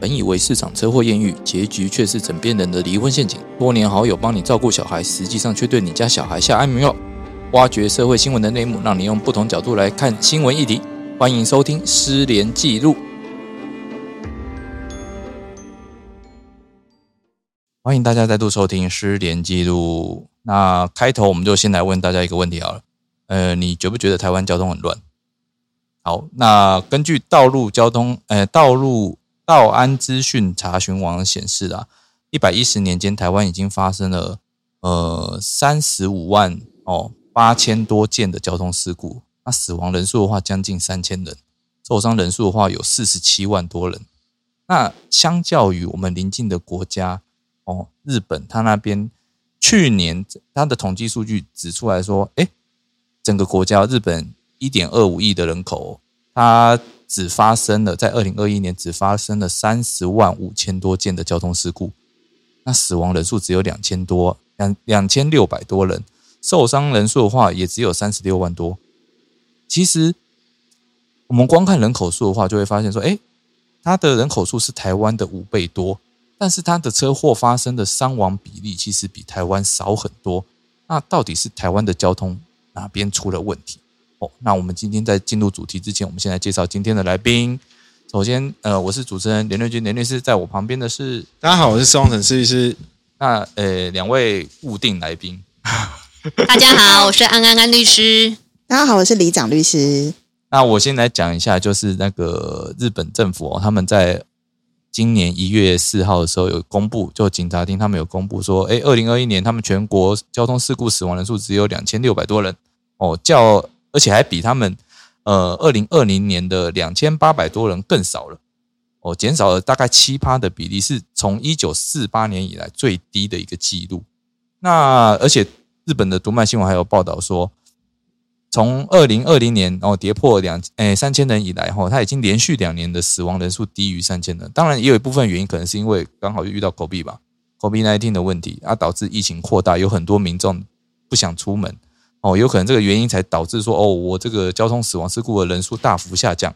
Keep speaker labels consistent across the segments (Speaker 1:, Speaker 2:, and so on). Speaker 1: 本以为市场车祸艳遇，结局却是枕边人的离婚陷阱。多年好友帮你照顾小孩，实际上却对你家小孩下安眠药。挖掘社会新闻的内幕，让你用不同角度来看新闻议题。欢迎收听《失联记录》。欢迎大家再度收听《失联记录》。那开头我们就先来问大家一个问题好了，呃，你觉不觉得台湾交通很乱？好，那根据道路交通呃道路道安资讯查询网显示啊，一百一十年间，台湾已经发生了呃三十五万哦八千多件的交通事故，那死亡人数的话将近三千人，受伤人数的话有四十七万多人。那相较于我们邻近的国家哦，日本它那边去年它的统计数据指出来说，诶，整个国家日本一点二五亿的人口，它只发生了在二零二一年只发生了三十万五千多件的交通事故，那死亡人数只有两千多两两千六百多人，受伤人数的话也只有三十六万多。其实我们光看人口数的话，就会发现说，哎，它的人口数是台湾的五倍多，但是它的车祸发生的伤亡比例其实比台湾少很多。那到底是台湾的交通哪边出了问题？哦，那我们今天在进入主题之前，我们先来介绍今天的来宾。首先，呃，我是主持人连瑞君，连律师，在我旁边的是
Speaker 2: 大家好，我是施旺成设计师。
Speaker 1: 那呃两位固定来宾。
Speaker 3: 大家好，我是安安安律师。
Speaker 4: 大家好，我是李长律师。
Speaker 1: 那我先来讲一下，就是那个日本政府哦，他们在今年一月四号的时候有公布，就警察厅他们有公布说，哎，二零二一年他们全国交通事故死亡人数只有两千六百多人哦，较而且还比他们呃二零二零年的两千八百多人更少了哦，减少了大概七趴的比例，是从一九四八年以来最低的一个记录。那而且日本的读卖新闻还有报道说，从二零二零年哦跌破两诶三千人以来，哈、哦，它已经连续两年的死亡人数低于三千人。当然，也有一部分原因可能是因为刚好就遇到 COVID 吧，COVID nineteen 的问题啊，导致疫情扩大，有很多民众不想出门哦，有可能这个原因才导致说哦，我这个交通死亡事故的人数大幅下降。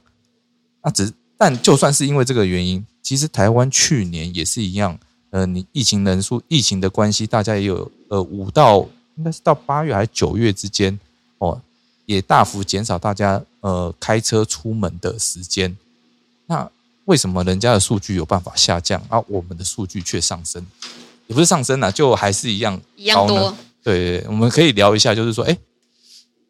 Speaker 1: 那只但就算是因为这个原因，其实台湾去年也是一样，呃，你疫情人数、疫情的关系，大家也有呃五到应该是到八月还是九月之间哦，也大幅减少大家呃开车出门的时间。那为什么人家的数据有办法下降，而、我们的数据却上升？也不是上升啊，就还是一样
Speaker 3: 一样
Speaker 1: 高
Speaker 3: 多
Speaker 1: 呢。对，我们可以聊一下，就是说，哎，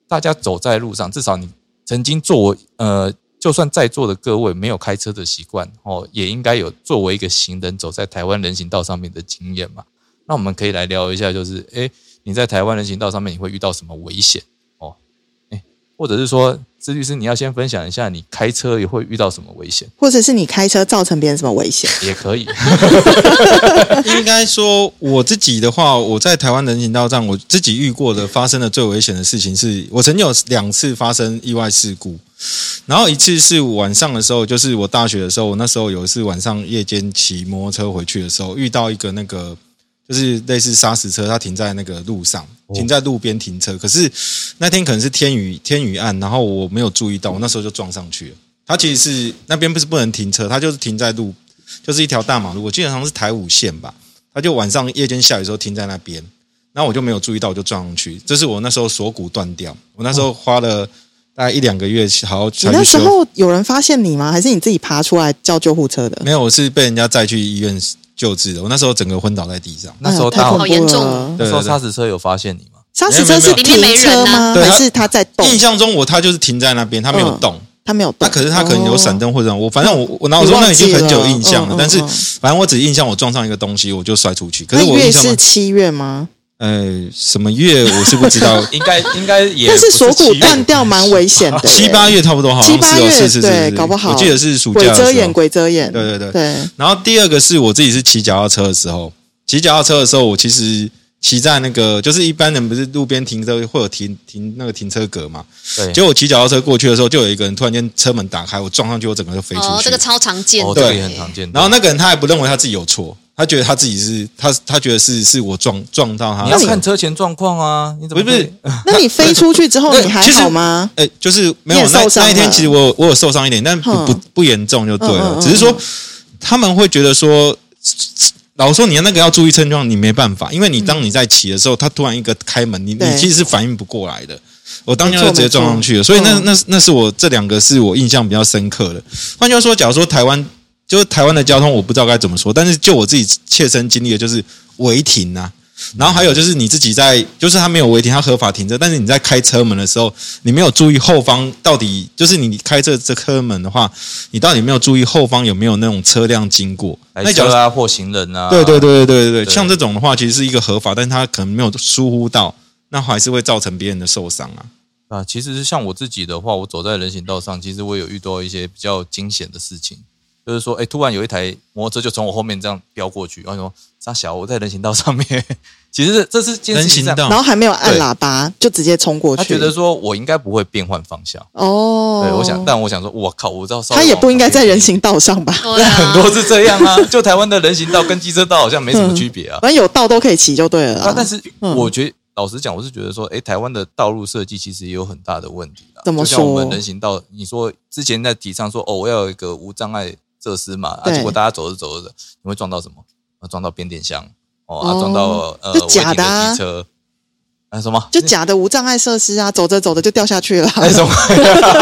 Speaker 1: 大家走在路上，至少你曾经作为呃，就算在座的各位没有开车的习惯哦，也应该有作为一个行人走在台湾人行道上面的经验嘛。那我们可以来聊一下，就是哎，你在台湾人行道上面你会遇到什么危险哦？哎，或者是说，资律师你要先分享一下你开车也会遇到什么危险，
Speaker 4: 或者是你开车造成别人什么危险？
Speaker 1: 也可 以。
Speaker 2: 应该说我自己的话，我在台湾人行道上，我自己遇过的发生的最危险的事情是，我曾经有两次发生意外事故。然后一次是晚上的时候，就是我大学的时候，我那时候有一次晚上夜间骑摩托车回去的时候，遇到一个那个就是类似砂石车，它停在那个路上，
Speaker 4: 哦
Speaker 2: 停在路边停车。可是那天可能是天雨天雨暗，然后我没有注
Speaker 4: 嗯
Speaker 2: 意到，我那时候就撞上去了。它其实是那边不是不能停车，它就是停在路，就是一条大马路，我记得好像是台五线吧。它就晚上夜间下雨的时候停在那边，然后我就没有注意到，我就撞上去。这是我那时候锁骨断掉，我那时候花了大概一两个月，好好
Speaker 4: 你
Speaker 2: 才
Speaker 4: 那
Speaker 2: 去
Speaker 4: 时
Speaker 2: 修。
Speaker 4: 候有人发现你吗？还是你自己爬出来叫救护车的？
Speaker 2: 没有，我是被人家载去医院救治的。我那时候整个昏倒在地上。
Speaker 1: 那时候
Speaker 4: 哎呀太
Speaker 1: 大
Speaker 4: 恐
Speaker 3: 好严
Speaker 4: 怖
Speaker 3: 重
Speaker 4: 了。
Speaker 1: 那时
Speaker 2: 对
Speaker 1: 候
Speaker 2: 对对
Speaker 1: 砂石车有发现你吗？
Speaker 4: 砂石车是
Speaker 3: 没有没有啊
Speaker 4: 停车吗？
Speaker 2: 对
Speaker 4: 还
Speaker 2: 他
Speaker 4: 是他在动？
Speaker 2: 印象中我他就是停在那边，他没有
Speaker 4: 嗯
Speaker 2: 动。
Speaker 4: 他没有
Speaker 2: 那
Speaker 4: 动。
Speaker 2: 可是他可能有闪
Speaker 4: 哦
Speaker 2: 灯或者什么我反正我我那我
Speaker 4: 你
Speaker 2: 说
Speaker 4: 忘
Speaker 2: 那已经很久
Speaker 4: 记了
Speaker 2: 印象了，
Speaker 4: 嗯嗯
Speaker 2: 但是
Speaker 4: 嗯
Speaker 2: 反正我只印象我撞上一个东西我就摔出去。可
Speaker 4: 那
Speaker 2: 是我
Speaker 4: 月
Speaker 2: 印象
Speaker 4: 是
Speaker 2: 中
Speaker 4: 七月吗？
Speaker 2: 呃什么月我是不知 道，
Speaker 1: 应该应该也
Speaker 4: 但
Speaker 1: 不
Speaker 4: 是锁
Speaker 1: 七
Speaker 4: 骨
Speaker 1: 月
Speaker 4: 断掉蛮危险的耶，
Speaker 2: 啊七八月差不多好像
Speaker 4: 七八
Speaker 2: 是哦
Speaker 4: 月
Speaker 2: 是是是
Speaker 4: 对
Speaker 2: 是，
Speaker 4: 搞不好
Speaker 2: 我记得是暑假
Speaker 4: 鬼
Speaker 2: 的时候
Speaker 4: 遮眼，鬼遮眼。
Speaker 2: 对对对
Speaker 4: 对，
Speaker 2: 然后第二个是我自己是骑脚踏车的时候，骑脚踏车的时候，我其实骑在那个就是一般人不是路边停车会有停停那个停车格嘛，
Speaker 1: 对
Speaker 2: 结果我骑脚踏车过去的时候，就有一个人突然间车门打开，我撞上去，我整个就飞出去。
Speaker 3: 哦，这个超常见
Speaker 1: 哦，
Speaker 3: 的，
Speaker 1: 这个也很常见。
Speaker 2: 然后那个人他还不认为他自己有错，他觉得他自己是他他觉得是是我撞撞到他。
Speaker 1: 你要看车前状况啊，你怎么
Speaker 2: 不是
Speaker 1: 可以
Speaker 4: 那你飞出去之后
Speaker 2: 那
Speaker 4: 你还
Speaker 2: 其实
Speaker 4: 好吗？
Speaker 2: 哎、就是没
Speaker 4: 你
Speaker 2: 有
Speaker 4: 也
Speaker 2: 那
Speaker 4: 受伤
Speaker 2: 那一天，
Speaker 4: 了
Speaker 2: 其实我有我有受伤一点，但不
Speaker 4: 嗯
Speaker 2: 不不严重就对了，
Speaker 4: 嗯嗯嗯
Speaker 2: 只是说他们会觉得说，老实说，你那个要注意症状，你没办法，因为你当你在骑的时候，他突然一个开门，你
Speaker 4: 嗯对
Speaker 2: 你其实是反应不过来的。我当下
Speaker 4: 没错嗯
Speaker 2: 就直接撞上去了，
Speaker 4: 没
Speaker 2: 所
Speaker 4: 错
Speaker 2: 以那那那是我这两个是我印象比较深刻的。换句话说，假如说台湾就是台湾的交通，我不知道该怎么说，但是就我自己切身经历的就是违停啊，然后还有就是你自己在，就是他没有违停，他合法停车，但是你在开车门的时候，你没有注意后方到底，就是你开这这车门的话，你到底有没有注意后方有没有那种车辆经过？那
Speaker 1: 来
Speaker 2: 假如
Speaker 1: 车啊或行人啊，
Speaker 2: 对对对对对对，
Speaker 1: 对
Speaker 2: 像这种的话，其实是一个合法，但是他可能没有疏忽到，那还是会造成别人的受伤啊。
Speaker 1: 啊，其实像我自己的话，我走在人行道上，其实我有遇到一些比较惊险的事情，就是说，哎，突然有一台摩托车就从我后面这样飙过去，然后说傻小，我在人行道上面， 其实这这是件
Speaker 2: 人
Speaker 1: 事情
Speaker 2: 行
Speaker 1: 上，
Speaker 2: 道
Speaker 4: 然后还没有按喇叭就直接冲过
Speaker 1: 他
Speaker 4: 去，
Speaker 1: 觉得说我应该不会变换方向，
Speaker 4: 哦，
Speaker 1: 对我想，但我想说，我靠，我知道稍微
Speaker 4: 他也
Speaker 1: 往
Speaker 4: 不应该
Speaker 1: 旁边
Speaker 4: 在
Speaker 1: 一
Speaker 4: 人
Speaker 1: 点
Speaker 4: 行道 上吧？
Speaker 3: 对啊，
Speaker 1: 很多是这样啊，就台湾的人行道跟机车道好像没什么区别啊。
Speaker 4: 反正有道都可以骑就对了
Speaker 1: 啊
Speaker 4: 啦。
Speaker 1: 但是
Speaker 4: 嗯
Speaker 1: 我觉得，老实讲，我是觉得说，诶，台湾的道路设计其实也有很大的问题啦。
Speaker 4: 怎么
Speaker 1: 就像我们
Speaker 4: 说
Speaker 1: 人行道，你说之前在提倡说，哦，我要有一个无障碍设施嘛，啊，
Speaker 4: 对
Speaker 1: 结果大家走着走着，你会撞到什么？啊，撞到变电箱，哦，啊，
Speaker 4: 哦
Speaker 1: 撞到呃，
Speaker 4: 就假的
Speaker 1: 违停
Speaker 4: 啊
Speaker 1: 的机车，啊，什么？
Speaker 4: 就假的无障碍设施啊，走着走着就掉下去 了，
Speaker 1: 那什么？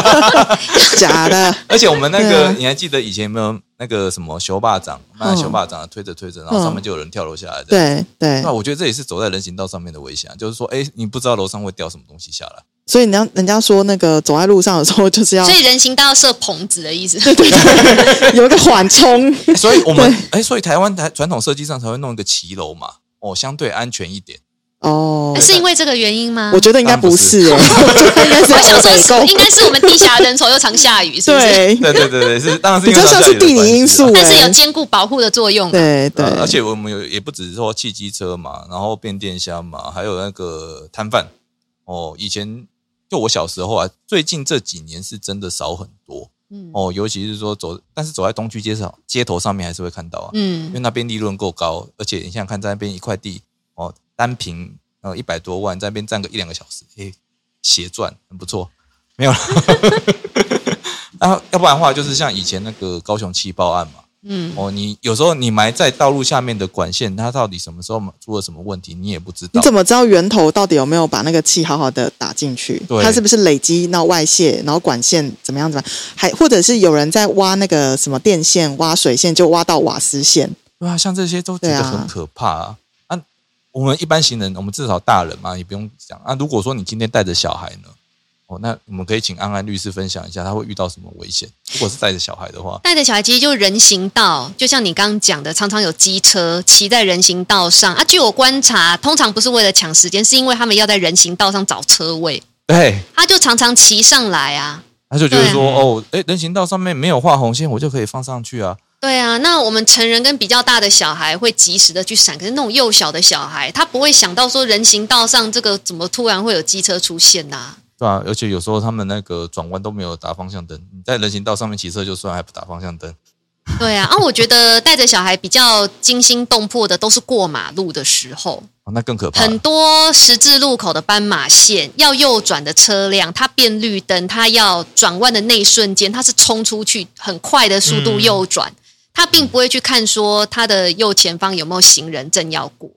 Speaker 4: 假的。
Speaker 1: 而且我们那
Speaker 4: 对
Speaker 1: 个，
Speaker 4: 啊
Speaker 1: 你还记得以前有没有那个什么修霸掌？那
Speaker 4: 嗯
Speaker 1: 修霸掌啊推着推着，然后
Speaker 4: 嗯
Speaker 1: 上面就有人跳楼下来的。
Speaker 4: 对对
Speaker 1: 那，我觉得这也是走在人行道上面的危险啊，就是说，哎、你不知道楼上会掉什么东西下来。
Speaker 4: 所以人家人家说那个走在路上的时候就是要
Speaker 3: 所以人行道设棚子的意
Speaker 4: 哦
Speaker 3: 思，
Speaker 4: 有一个缓冲，
Speaker 1: 所以我们，哎、所以台湾台传统设计上才会弄一个骑楼嘛，哦，相对安全一点。
Speaker 4: 哦。
Speaker 3: 哎是因为这个原因吗？
Speaker 4: 我觉得应该不是，
Speaker 1: 啊
Speaker 4: 欸我觉得应该是
Speaker 3: 我想
Speaker 4: 北
Speaker 3: 说
Speaker 4: 沟
Speaker 3: 是，应该是我们地狭人稠又常下雨，是不是？
Speaker 4: 对，
Speaker 1: 对对对对，是当然是
Speaker 4: 比
Speaker 1: 因为
Speaker 4: 较像是地
Speaker 1: 大家有
Speaker 4: 理因素
Speaker 1: 关系
Speaker 4: 欸，
Speaker 3: 但是有兼顾保护的作用。
Speaker 4: 对对
Speaker 1: 啊。呃而且我们有也不只是说汽机车嘛，然后变电箱嘛，还有那个摊贩。哦，以前就我小时候啊，最近这几年是真的少很多
Speaker 3: 嗯
Speaker 1: 哦，尤其是说走，但是走在东区街上街头上面还是会看到啊。因
Speaker 3: 嗯，
Speaker 1: 为那边利润够高，而且你想想看，在那边一块地哦，单凭呃一百多万，在那边站个一两个小时，诶、血赚，很不错，没 有了。然后要不然的话，就是像以前那个高雄气爆案嘛，
Speaker 3: 嗯
Speaker 1: 哦，你有时候你埋在道路下面的管线，它到底什么时候出了什么问题，你也不知
Speaker 4: 你
Speaker 1: 道。
Speaker 4: 怎么知道源头到底有没有把那个气好好的打进去
Speaker 1: 对？
Speaker 4: 它是不是累积那外泄，然后管线怎么样怎么样？还或者是有人在挖那个什么电线、挖水线，就挖到瓦斯线，
Speaker 1: 对啊，像这些都觉得
Speaker 4: 对啊
Speaker 1: 很可怕啊。啊，我们一般行人，我们至少大人嘛，也不用讲啊。如果说你今天带着小孩呢，哦，那我们可以请安安律师分享一下，他会遇到什么危险？如果是带着小孩的话，
Speaker 3: 带着小孩其实就人行道，就像你刚刚讲的，常常有机车骑在人行道上啊。据我观察，通常不是为了抢时间，是因为他们要在人行道上找车位，
Speaker 1: 对，
Speaker 3: 他就常常骑上来啊。
Speaker 1: 他就觉得说，
Speaker 2: 对啊
Speaker 1: 哦，哎，人行道上面没有画红线，我就可以放上去啊。
Speaker 3: 对啊，那我们成人跟比较大的小孩会及时的去闪，可是那种幼小的小孩，他不会想到说人行道上这个怎么突然会有机车出现啊呐、
Speaker 1: 对吧、而且有时候他们那个转弯都没有打方向灯，你在人行道上面骑车就算，还不打方向灯，
Speaker 3: 对啊，啊，我觉得带着小孩比较惊心动魄的都是过马路的时候，
Speaker 1: 哦、那更可怕了。
Speaker 3: 很多十字路口的斑马线要右转的车辆，它变绿灯，它要转弯的那一瞬间，它是冲出去很快的速度
Speaker 2: 嗯
Speaker 3: 右转，它并不会去看说它的右前方有没有行人正要过，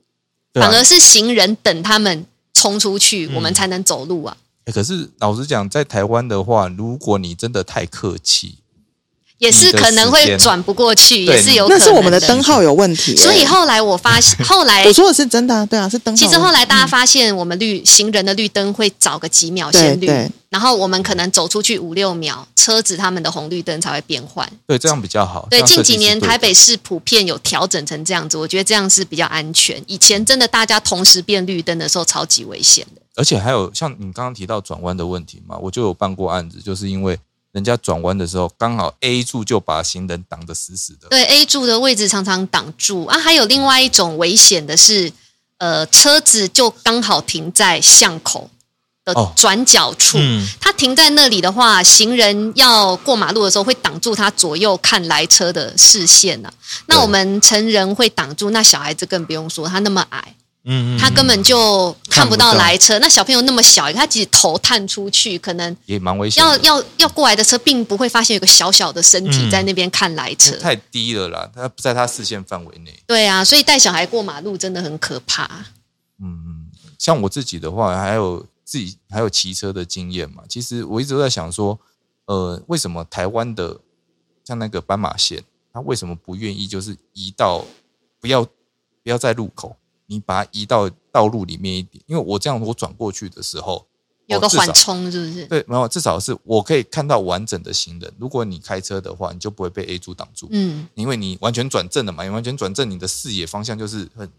Speaker 1: 对啊嗯
Speaker 3: 反而是行人等他们冲出去，我们才能走路啊。
Speaker 1: 诶可是老实讲，在台湾的话，如果你真的太客气，
Speaker 3: 也是可能
Speaker 1: 你的时
Speaker 3: 会
Speaker 1: 间
Speaker 3: 转不过去，
Speaker 1: 对
Speaker 3: 也是有可
Speaker 4: 那
Speaker 3: 能
Speaker 4: 是我们的灯。号有问题、
Speaker 3: 所以后来我发现，后来
Speaker 4: 我说的是真的、啊，对啊，是灯号有问
Speaker 3: 其
Speaker 4: 题。
Speaker 3: 实后来大家发现，我们绿行人的绿灯会找个几秒
Speaker 4: 对
Speaker 3: 先绿
Speaker 4: 对，
Speaker 3: 然后我们可能走出去五六秒，车子他们的红绿灯才会变换。
Speaker 1: 对这样比较好。
Speaker 3: 对，
Speaker 1: 这样
Speaker 3: 近
Speaker 1: 设计
Speaker 3: 几
Speaker 1: 是
Speaker 3: 年
Speaker 1: 对
Speaker 3: 台
Speaker 1: 的
Speaker 3: 北市普遍有调整成这样子，我觉得这样是比较安全。以前真的大家同时变绿灯的时候，超级危险的。
Speaker 1: 而且还有像你刚刚提到转弯的问题嘛，我就有办过案子，就是因为人家转弯的时候，刚好 A 柱就把行人挡得死死的。
Speaker 3: 对 A 柱的位置常常挡住啊，还有另外一种危险的是，呃，车子就刚好停在巷口的
Speaker 1: 哦
Speaker 3: 转角处。
Speaker 2: 嗯
Speaker 3: 它停在那里的话，行人要过马路的时候会挡住他左右看来车的视线啊。那
Speaker 1: 对
Speaker 3: 我们成人会挡住，那小孩子更不用说，他那么矮，
Speaker 2: 嗯嗯，
Speaker 3: 他根本就看不
Speaker 2: 看
Speaker 3: 到
Speaker 2: 不到
Speaker 3: 来车。那小朋友那么小，他其实头探出去，可能
Speaker 1: 也蛮危险的。
Speaker 3: 要要要过来的车，并不会发现有个小小的身体
Speaker 2: 嗯
Speaker 3: 在那边看来车。
Speaker 1: 太低了啦，它不在它视线范围内。
Speaker 3: 对啊，所以带小孩过马路真的很可怕。
Speaker 1: 嗯，像我自己的话，还有自己还有骑车的经验嘛。其实我一直都在想说，呃，为什么台湾的像那个斑马线，它为什么不愿意就是移到不要不要在路口，你把它移到道路里面一点？因为我这样我转过去的时候，哦
Speaker 3: 有个
Speaker 1: 我至少
Speaker 3: 缓冲是不是？
Speaker 1: 对，没有，至少是我可以看到完整的行人。如果你开车的话，你就不会被 A 柱挡住。
Speaker 3: 嗯，
Speaker 1: 因为你完全转正了嘛，你完全转正，你的视野方向就是很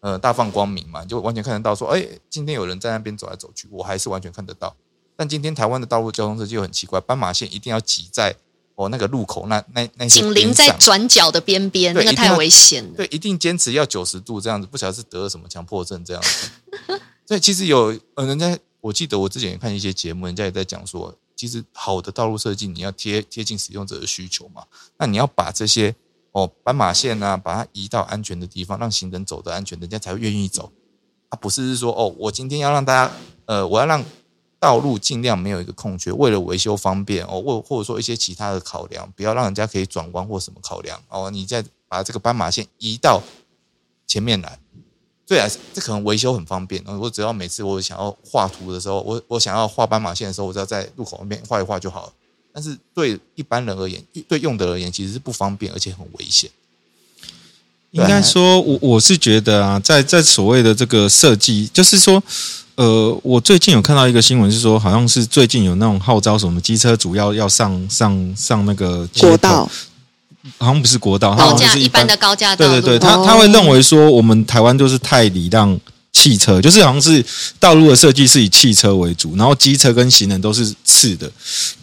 Speaker 1: 呃大放光明嘛，你就完全看得到说，哎、今天有人在那边走来走去，我还是完全看得到。但今天台湾的道路交通设计又很奇怪，斑马线一定要挤在哦那个路口那那那些
Speaker 3: 紧
Speaker 1: 边
Speaker 3: 邻在
Speaker 1: 上
Speaker 3: 转角的边边，
Speaker 1: 对
Speaker 3: 那个
Speaker 1: 一定
Speaker 3: 太
Speaker 1: 要
Speaker 3: 危险了。
Speaker 1: 对，一定坚持要九十度这样子，不晓得是得了什么强迫症这样子。 所以其实有呃，人家我记得我之前也看一些节目，人家也在讲说，其实好的道路设计你要贴贴近使用者的需求嘛，那你要把这些哦斑马线啊，把它移到安全的地方，让行人走得安全，人家才会愿意走。啊，不是说哦，我今天要让大家呃，我要让道路尽量没有一个空缺，为了维修方便哦，或或者说一些其他的考量，不要让人家可以转弯或什么考量哦，你再把这个斑马线移到前面来。对啊，这可能维修很方便。哦我只要每次我想要画图的时候，我我想要画斑马线的时候，我只要在路口那边画一画就好了。但是对一般人而言，对用的而言，其实是不方便，而且很危险。
Speaker 2: 应该说，我我是觉得啊，在在所谓的这个设计，就是说，呃，我最近有看到一个新闻，是说好像是最近有那种号召什么机车主要要上上上那个街头
Speaker 4: 国道，
Speaker 2: 好像不是国道，它
Speaker 3: 高
Speaker 2: 好像
Speaker 3: 架
Speaker 2: 是
Speaker 3: 一般的高架道
Speaker 2: 对
Speaker 3: 路，
Speaker 2: 对对，他
Speaker 4: 哦
Speaker 2: 他会认为说我们台湾就是太礼让汽车，就是好像是道路的设计是以汽车为主，然后机车跟行人都是次的。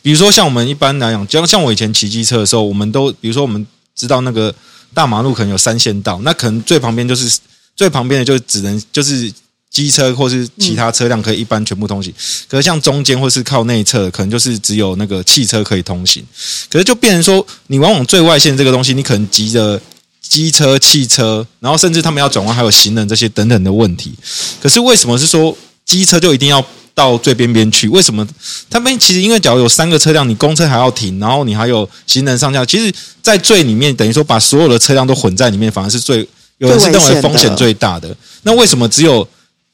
Speaker 2: 比如说像我们一般来讲，像像我以前骑机车的时候，我们都比如说我们知道那个大马路可能有三线道，那可能最旁边就是最旁边的就只能就是。机车或是其他车辆可以一般全部通行，可是像中间或是靠内侧，可能就是只有那个汽车可以通行。可是就变成说，你往往最外线这个东西，你可能急着机车、汽车，然后甚至他们要转弯，还有行人这些等等的问题。可是为什么是说机车就一定要到最边边去？为什么他们其实因为假如有三个车辆，你公车还要停，然后你还有行人上下，其实，在最里面等于说把所有的车辆都混在里面，反而是最有人是认为风险最大的。那为什么只有？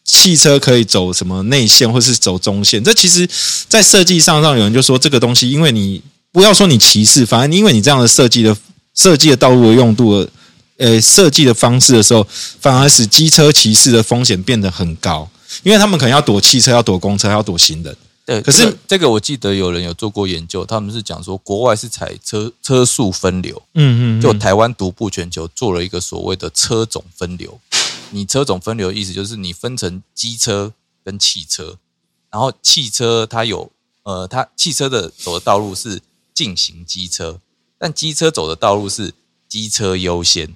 Speaker 2: 汽车可以走什么内线，或是走中线？这其实，在设计上，上有人就说这个东西，因为你不要说你歧视，反正因为你这样的设计的设计的道路的用度的呃设计的方式的时候，反而使机车骑士的风险变得很高，因为他们可能要躲汽车，要躲公车，要躲行人。
Speaker 1: 对，
Speaker 2: 可
Speaker 1: 这
Speaker 2: 是
Speaker 1: 个这个我记得有人有做过研究，他们是讲说国外是采车车速分流，
Speaker 2: 嗯
Speaker 1: 就台湾独步全球做了一个所谓的车种分流。你车种分流的意思就是你分成机车跟汽车，然后汽车它有呃，它汽车的走的道路是进行机车，但机车走的道路是机车优先，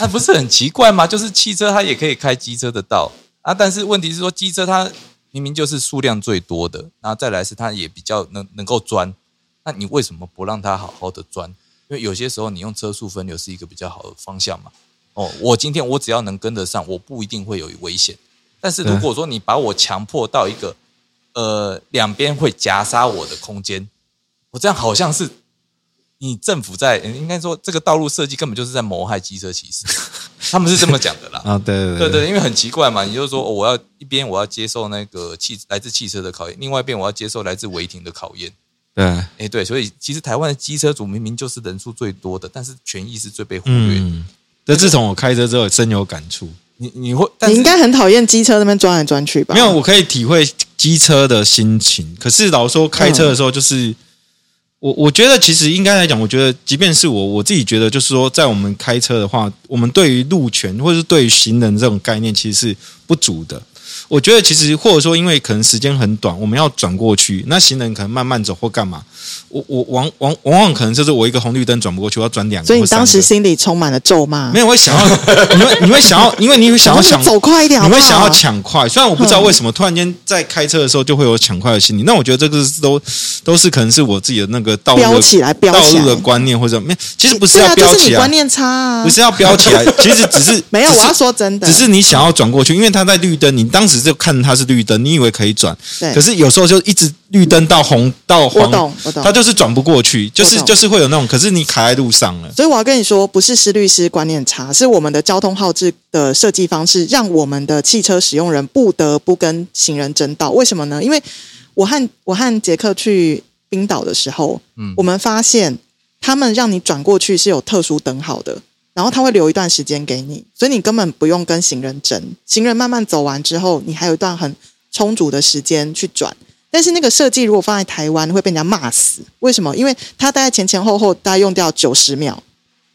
Speaker 1: 那不是很奇怪吗？就是汽车它也可以开机车的道啊，但是问题是说机车它明明就是数量最多的，然后再来是它也比较能能够钻，那你为什么不让它好好的钻？因为有些时候你用车速分流是一个比较好的方向嘛。哦，我今天我只要能跟得上，我不一定会有危险。但是如果说你把我强迫到一个呃两边会夹杀我的空间，我这样好像是你政府在，呃应该说这个道路设计根本就是在谋害机车骑士，他们是这么讲的啦。
Speaker 2: 啊， 对
Speaker 1: 对
Speaker 2: 对
Speaker 1: 对，因为很奇怪嘛，你就说、哦我要一边我要接受那个汽来自汽车的考验，另外一边我要接受来自违停的考验。
Speaker 2: 对，
Speaker 1: 哎，对，所以其实台湾的机车族明明就是人数最多的，但是权益是最被忽略。
Speaker 2: 嗯。这自从我开车之后，深有感触。
Speaker 1: 你你会，但
Speaker 4: 你
Speaker 1: 是
Speaker 4: 应该很讨厌机车那边钻来钻去吧？
Speaker 2: 没有，我可以体会机车的心情。可是老实说开车的时候，就是、我我觉得其实应该来讲，我觉得即便是我我自己觉得，就是说在我们开车的话，我们对于路权或者是对于行人这种概念其实是不足的。我觉得其实或者说因为可能时间很短，我们要转过去，那行人可能慢慢走或干嘛，我我往往往往可能就是我一个红绿灯转不过去，我要转两个
Speaker 4: 所
Speaker 2: 或三
Speaker 4: 以
Speaker 2: 个，
Speaker 4: 你当时心里充满了咒骂，
Speaker 2: 没有，我会想要，你会你会想要，因为你会想要
Speaker 4: 赶快
Speaker 2: 想
Speaker 4: 你 走快一点好
Speaker 2: 你
Speaker 4: 不好
Speaker 2: 会想要抢快。虽然我不知道为什么，突然间在开车的时候就会有抢快的心理。那我觉得这个是都都是可能是我自己的那个道路的
Speaker 4: 标起来标
Speaker 2: 道
Speaker 4: 起来
Speaker 2: 路的观念或者没，其实不
Speaker 4: 是
Speaker 2: 要
Speaker 4: 啊，
Speaker 2: 标
Speaker 4: 就是
Speaker 2: 起
Speaker 4: 你
Speaker 2: 来，
Speaker 4: 观念差啊，
Speaker 2: 不是 要标起来，其实只是
Speaker 4: 没有，
Speaker 2: 只是
Speaker 4: 我要说真的，
Speaker 2: 只是你想要转过去，因为它在绿灯，你当时就看它是绿灯，你以为可以转，
Speaker 4: 对
Speaker 2: 可是有时候就一直绿灯到红到
Speaker 4: 我
Speaker 2: 黄，
Speaker 4: 懂我懂
Speaker 2: 它。就是转不过去，就是
Speaker 4: 我懂
Speaker 2: 就是会有那种，可是你卡在路上了。
Speaker 4: 所以我要跟你说，不是施律师观念差，是我们的交通号志的设计方式，让我们的汽车使用人不得不跟行人争道。为什么呢？因为我和我和杰克去冰岛的时候，
Speaker 1: 嗯
Speaker 4: 我们发现他们让你转过去是有特殊等号的，然后他会留一段时间给你，所以你根本不用跟行人争。行人慢慢走完之后，你还有一段很充足的时间去转。但是那个设计如果放在台湾会被人家骂死，为什么？因为它大概前前后后大概用掉九十秒，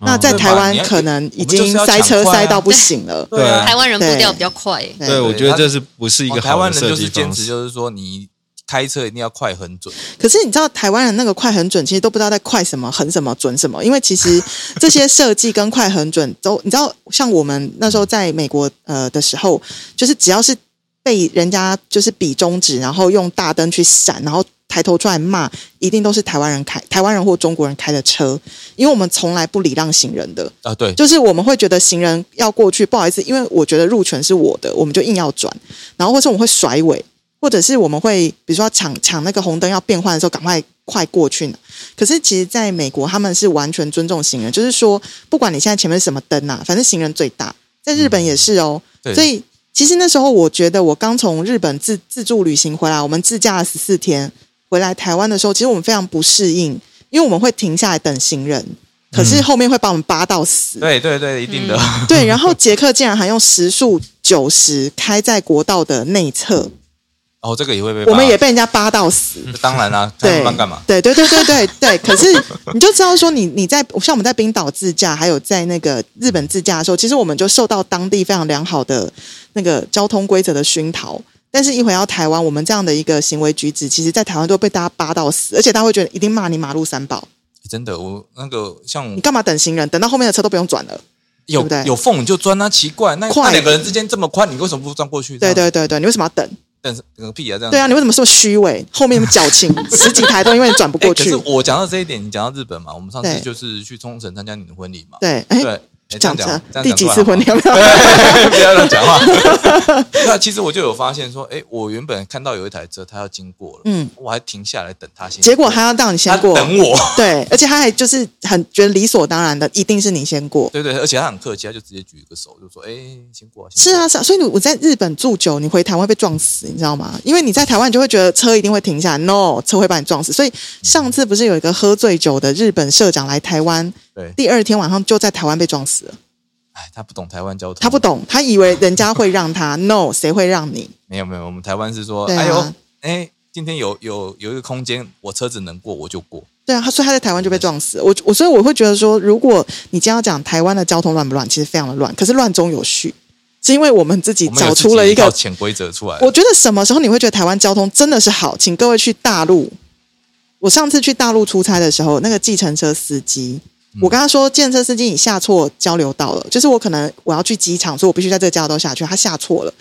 Speaker 4: 那在
Speaker 1: 哦对吧
Speaker 4: 台湾
Speaker 1: 你要
Speaker 4: 可能已
Speaker 1: 我们
Speaker 4: 经
Speaker 1: 就是要
Speaker 4: 塞
Speaker 1: 抢
Speaker 4: 车
Speaker 1: 快啊
Speaker 4: 塞到不行了。
Speaker 2: 对啊
Speaker 3: 台湾人步调比较快，
Speaker 4: 对
Speaker 2: 对，我觉得
Speaker 1: 他
Speaker 2: 这是不是一
Speaker 1: 哦
Speaker 2: 个
Speaker 1: 台
Speaker 2: 好
Speaker 1: 湾
Speaker 2: 的
Speaker 1: 人
Speaker 2: 设
Speaker 1: 就
Speaker 2: 计
Speaker 1: 是坚
Speaker 2: 方
Speaker 1: 持，
Speaker 2: 式？
Speaker 1: 就是说你开车一定要快很准。
Speaker 4: 可是你知道台湾人那个快很准，其实都不知道在快什么、狠什么、准什么，因为其实这些设计跟快很准都，你知道，像我们那时候在美国呃的时候，就是只要是被人家就是比中指，然后用大灯去闪，然后抬头出来骂，一定都是台湾人开、台湾人或中国人开的车，因为我们从来不礼让行人的。
Speaker 1: 啊，对，
Speaker 4: 就是我们会觉得行人要过去，不好意思，因为我觉得入权是我的，我们就硬要转，然后或是我们会甩尾，或者是我们会比如说抢抢那个红灯要变换的时候，赶快快过去呢。可是其实在美国，他们是完全尊重行人，就是说不管你现在前面是什么灯啊，反正行人最大。在日本也是哦，
Speaker 1: 对
Speaker 4: 所以其实那时候我觉得，我刚从日本自自助旅行回来，我们自驾了十四天，回来台湾的时候，其实我们非常不适应，因为我们会停下来等行人，可
Speaker 1: 嗯
Speaker 4: 是后面会把我们扒到死。
Speaker 1: 对对对，一定的。
Speaker 4: 对，然后杰克竟然还用时速九十开在国道的内侧，
Speaker 1: 哦，这个也会被骂，
Speaker 4: 我们也被人家扒到死。
Speaker 1: 当然啦，嗯他
Speaker 4: 对
Speaker 1: 们，帮干嘛？
Speaker 4: 对对对对对对。 可是你就知道说你，你在像我们在冰岛自驾，还有在那个日本自驾的时候，其实我们就受到当地非常良好的那个交通规则的熏陶。但是，一回到台湾，我们这样的一个行为举止，其实在台湾都被大家扒到死，而且大家会觉得一定骂你马路三宝，
Speaker 1: 真的，我那个像
Speaker 4: 你干嘛等行人？等到后面的车都不用转了。
Speaker 1: 有
Speaker 4: 对不对
Speaker 1: 有缝你就钻啊，奇怪，那
Speaker 4: 快
Speaker 1: 那两个人之间这么宽，你为什么不钻过去？
Speaker 4: 对
Speaker 1: 这样，
Speaker 4: 对对对，你为什么要等？
Speaker 1: 等等个屁啊，这样
Speaker 4: 对啊，你为什么这么虚伪？后面那么 矫情，十几台都因为你转不
Speaker 1: 哎
Speaker 4: 过去。
Speaker 1: 可是我讲到这一点，你讲到日本嘛，我们上次
Speaker 4: 对
Speaker 1: 就是去冲绳参加你的婚礼嘛，
Speaker 4: 对，
Speaker 1: 对，
Speaker 4: 哎，
Speaker 1: 哎这
Speaker 4: 讲
Speaker 1: 样
Speaker 4: 成
Speaker 1: 这样
Speaker 4: 第
Speaker 1: 讲
Speaker 4: 几
Speaker 1: 出来
Speaker 4: 次
Speaker 1: 好
Speaker 4: 婚礼有没有？
Speaker 1: 不要乱 讲话。那其实我就有发现说，哎，我原本看到有一台车，它要经过了，
Speaker 4: 嗯，
Speaker 1: 我还停下来等它先过，
Speaker 4: 结果他要让
Speaker 1: 他
Speaker 4: 你先过，
Speaker 1: 等我，
Speaker 4: 对，而且他还就是很觉得理所当然的，一定是你先过。
Speaker 1: 对对，而且他很客气，他就直接举一个手，就说，哎，先过，先
Speaker 4: 是
Speaker 1: 过
Speaker 4: 啊，，是啊，所以你我在日本住久，你回台湾会被撞死，你知道吗？因为你在台湾你就会觉得车一定会停下来，no，车会把你撞死。所以上次不是有一个喝醉酒的日本社长来台湾，
Speaker 1: 对，
Speaker 4: 第二天晚上就在台湾被撞死了。
Speaker 1: 哎，他不懂台湾交通，
Speaker 4: 他不，懂，他以为人家会让他，no，谁会让你？
Speaker 1: 没有没有，我们台湾是说，
Speaker 4: 对啊
Speaker 1: 哎呦，哎，今天有有有一个空间，我车子能过我就过，
Speaker 4: 对啊，他所以他在台湾就被撞死了。我我所以我会觉得说，如果你今天要讲台湾的交通乱不乱，其实非常的乱，可是乱中有序，是因为我们自己
Speaker 1: 我们有
Speaker 4: 找
Speaker 1: 自
Speaker 4: 出
Speaker 1: 己
Speaker 4: 了一
Speaker 1: 套
Speaker 4: 个。
Speaker 1: 潜规则出来了，
Speaker 4: 我觉得什么时候你会觉得台湾交通真的是好？请各位去大陆。我上次去大陆出差的时候，那个计程车司机，我跟他说，计程车司机你下错交流道了，就是我可能我要去机场，所以我必须在这个交流道下去，他下错了。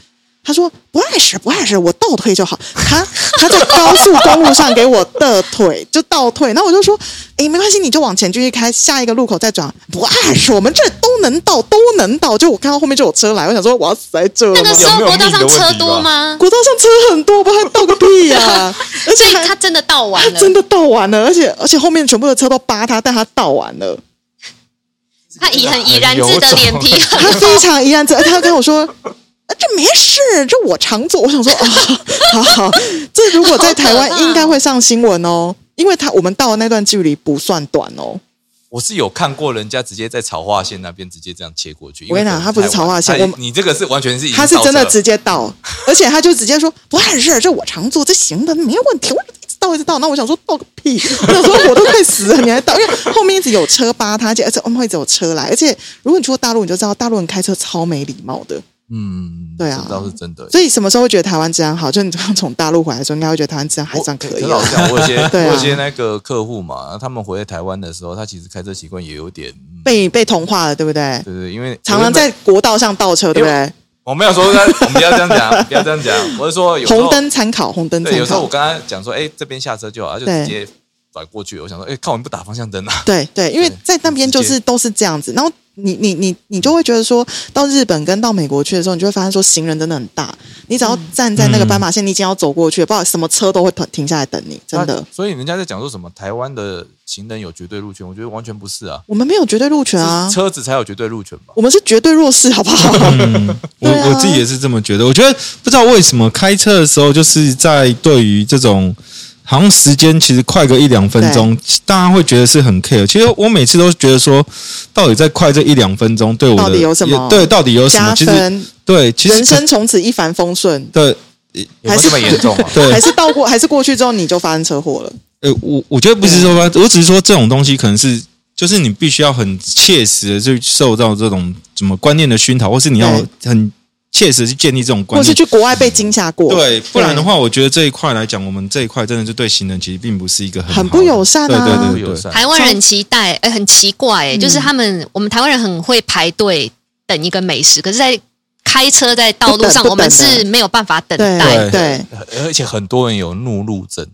Speaker 4: 他说不碍事，不碍事，我倒退就好。他他在高速公路上给我的腿就倒退，然后我就说，诶，没关系，你就往前继续开，下一个路口再转，不碍事，我们这都能到，都能到。就我看到后面就有车来，我想说我要死在这了吗。
Speaker 3: 那个时候国道上车多吗？
Speaker 4: 国道上车很多，不然倒个屁呀、
Speaker 3: 所
Speaker 4: 而且
Speaker 3: 以
Speaker 4: 还
Speaker 3: 他真的倒完
Speaker 4: 他
Speaker 3: 了，
Speaker 4: 真的倒完了，而且而且后面全部的车都扒他，但他倒完 了，
Speaker 3: 他已很怡然自得，脸皮很
Speaker 4: 他非常怡然自得，而且他跟我说。啊这没事，这我常做。我想说，啊、 好好，这如果在台
Speaker 3: 好可
Speaker 4: 湾
Speaker 3: 怕
Speaker 4: 应该会上新闻哦，因为他我们到的那段距离不算短哦。
Speaker 1: 我是有看过人家直接在草化线那边直接这样切过去。因为
Speaker 4: 我跟你
Speaker 1: 可
Speaker 4: 讲
Speaker 1: 能
Speaker 4: 他不是
Speaker 1: 太晚
Speaker 4: 草化线
Speaker 1: 他
Speaker 4: 我们
Speaker 1: 你这个是完全是已经
Speaker 4: 他是真
Speaker 1: 到
Speaker 4: 的
Speaker 1: 这
Speaker 4: 直接倒，而且他就直接说不碍事，这我常做，这行的，没有问题。我一直倒一直倒，那我想说倒个屁！我想说我都快死了，你还倒？因为后面一直有车扒他，而且而且后面一直有车来，而且如果你去过大陆，你就知道大陆人开车超没礼貌的。
Speaker 1: 嗯，
Speaker 4: 对啊
Speaker 1: 这倒是真的。
Speaker 4: 所以什么时候会觉得台湾治安好？就你刚从大陆回来的时候，应该会觉得台湾治安还算可以
Speaker 1: 很。老实讲，我有些
Speaker 4: 对啊
Speaker 1: 我有些那个客户嘛，他们回来台湾的时候，他其实开车习惯也有点，嗯
Speaker 4: 被被同化了，对不对？
Speaker 1: 对对，因为
Speaker 4: 常常在国道上倒车，对不对？
Speaker 1: 我没有说在，我们不要这样讲，不要这样讲，我是说有时候
Speaker 4: 红灯参考，红灯
Speaker 1: 对，
Speaker 4: 参
Speaker 1: 有时候我
Speaker 4: 考。
Speaker 1: 跟他讲说，哎，这边下车就好，他就
Speaker 4: 对
Speaker 1: 直接转过去。我想说，哎，看我们不打方向灯啊，
Speaker 4: 对对，因为
Speaker 1: 对
Speaker 4: 在那边就
Speaker 1: 直
Speaker 4: 是都是这样子，然后你你你你就会觉得说到日本跟到美国去的时候，你就会发现说行人真的很大，你只要站在那个斑马线，你已经要走过去了，不好什么车都会停停下来等你，真的
Speaker 1: 那。所以人家在讲说什么台湾的行人有绝对路权，我觉得完全不是啊，
Speaker 4: 我们没有绝对路权啊
Speaker 1: 是，车子才有绝对路权吧？
Speaker 4: 我们是绝对弱势，好不好？
Speaker 2: 我、
Speaker 4: 对啊
Speaker 2: 我自己也是这么觉得。我觉得不知道为什么开车的时候，就是在对于这种好像时间其实快个一两分钟，大家会觉得是很 care。其实我每次都觉得说，到底在快这一两分钟对我的
Speaker 4: 到底有什么
Speaker 2: 也对，到底有什么？
Speaker 4: 加
Speaker 2: 其实
Speaker 4: 分，
Speaker 2: 对，其实
Speaker 4: 人生从此一帆风顺，
Speaker 2: 对
Speaker 1: 有没
Speaker 4: 还
Speaker 1: 有
Speaker 4: 是
Speaker 1: 这么严重 啊？
Speaker 2: 对，
Speaker 4: 还是到过，还是过去之后你就发生车祸了。
Speaker 2: 呃，我我觉得不是说吧，我只是说这种东西可能是，就是你必须要很切实的去受到这种什么观念的熏陶，或是你要很切实地去建立这种观
Speaker 4: 或是
Speaker 2: 念。
Speaker 4: 去国外被惊吓过，
Speaker 2: 对，不然的话，我觉得这一块来讲，我们这一块真的是对行人其实并不是一个很
Speaker 4: 很
Speaker 2: 好的
Speaker 4: 不友善啊
Speaker 2: 对对
Speaker 1: 不
Speaker 2: 对
Speaker 1: 友
Speaker 2: 对
Speaker 1: 善。
Speaker 3: 台湾人很期待，哎、很奇怪、哎、就是他们我们台湾人很会排队等一个美食，可是，在开车在道路上，
Speaker 4: 不
Speaker 3: 我
Speaker 4: 等不等的
Speaker 3: 们是没有办法等
Speaker 4: 对
Speaker 3: 待。
Speaker 4: 对对，
Speaker 1: 而且很多人有怒路症，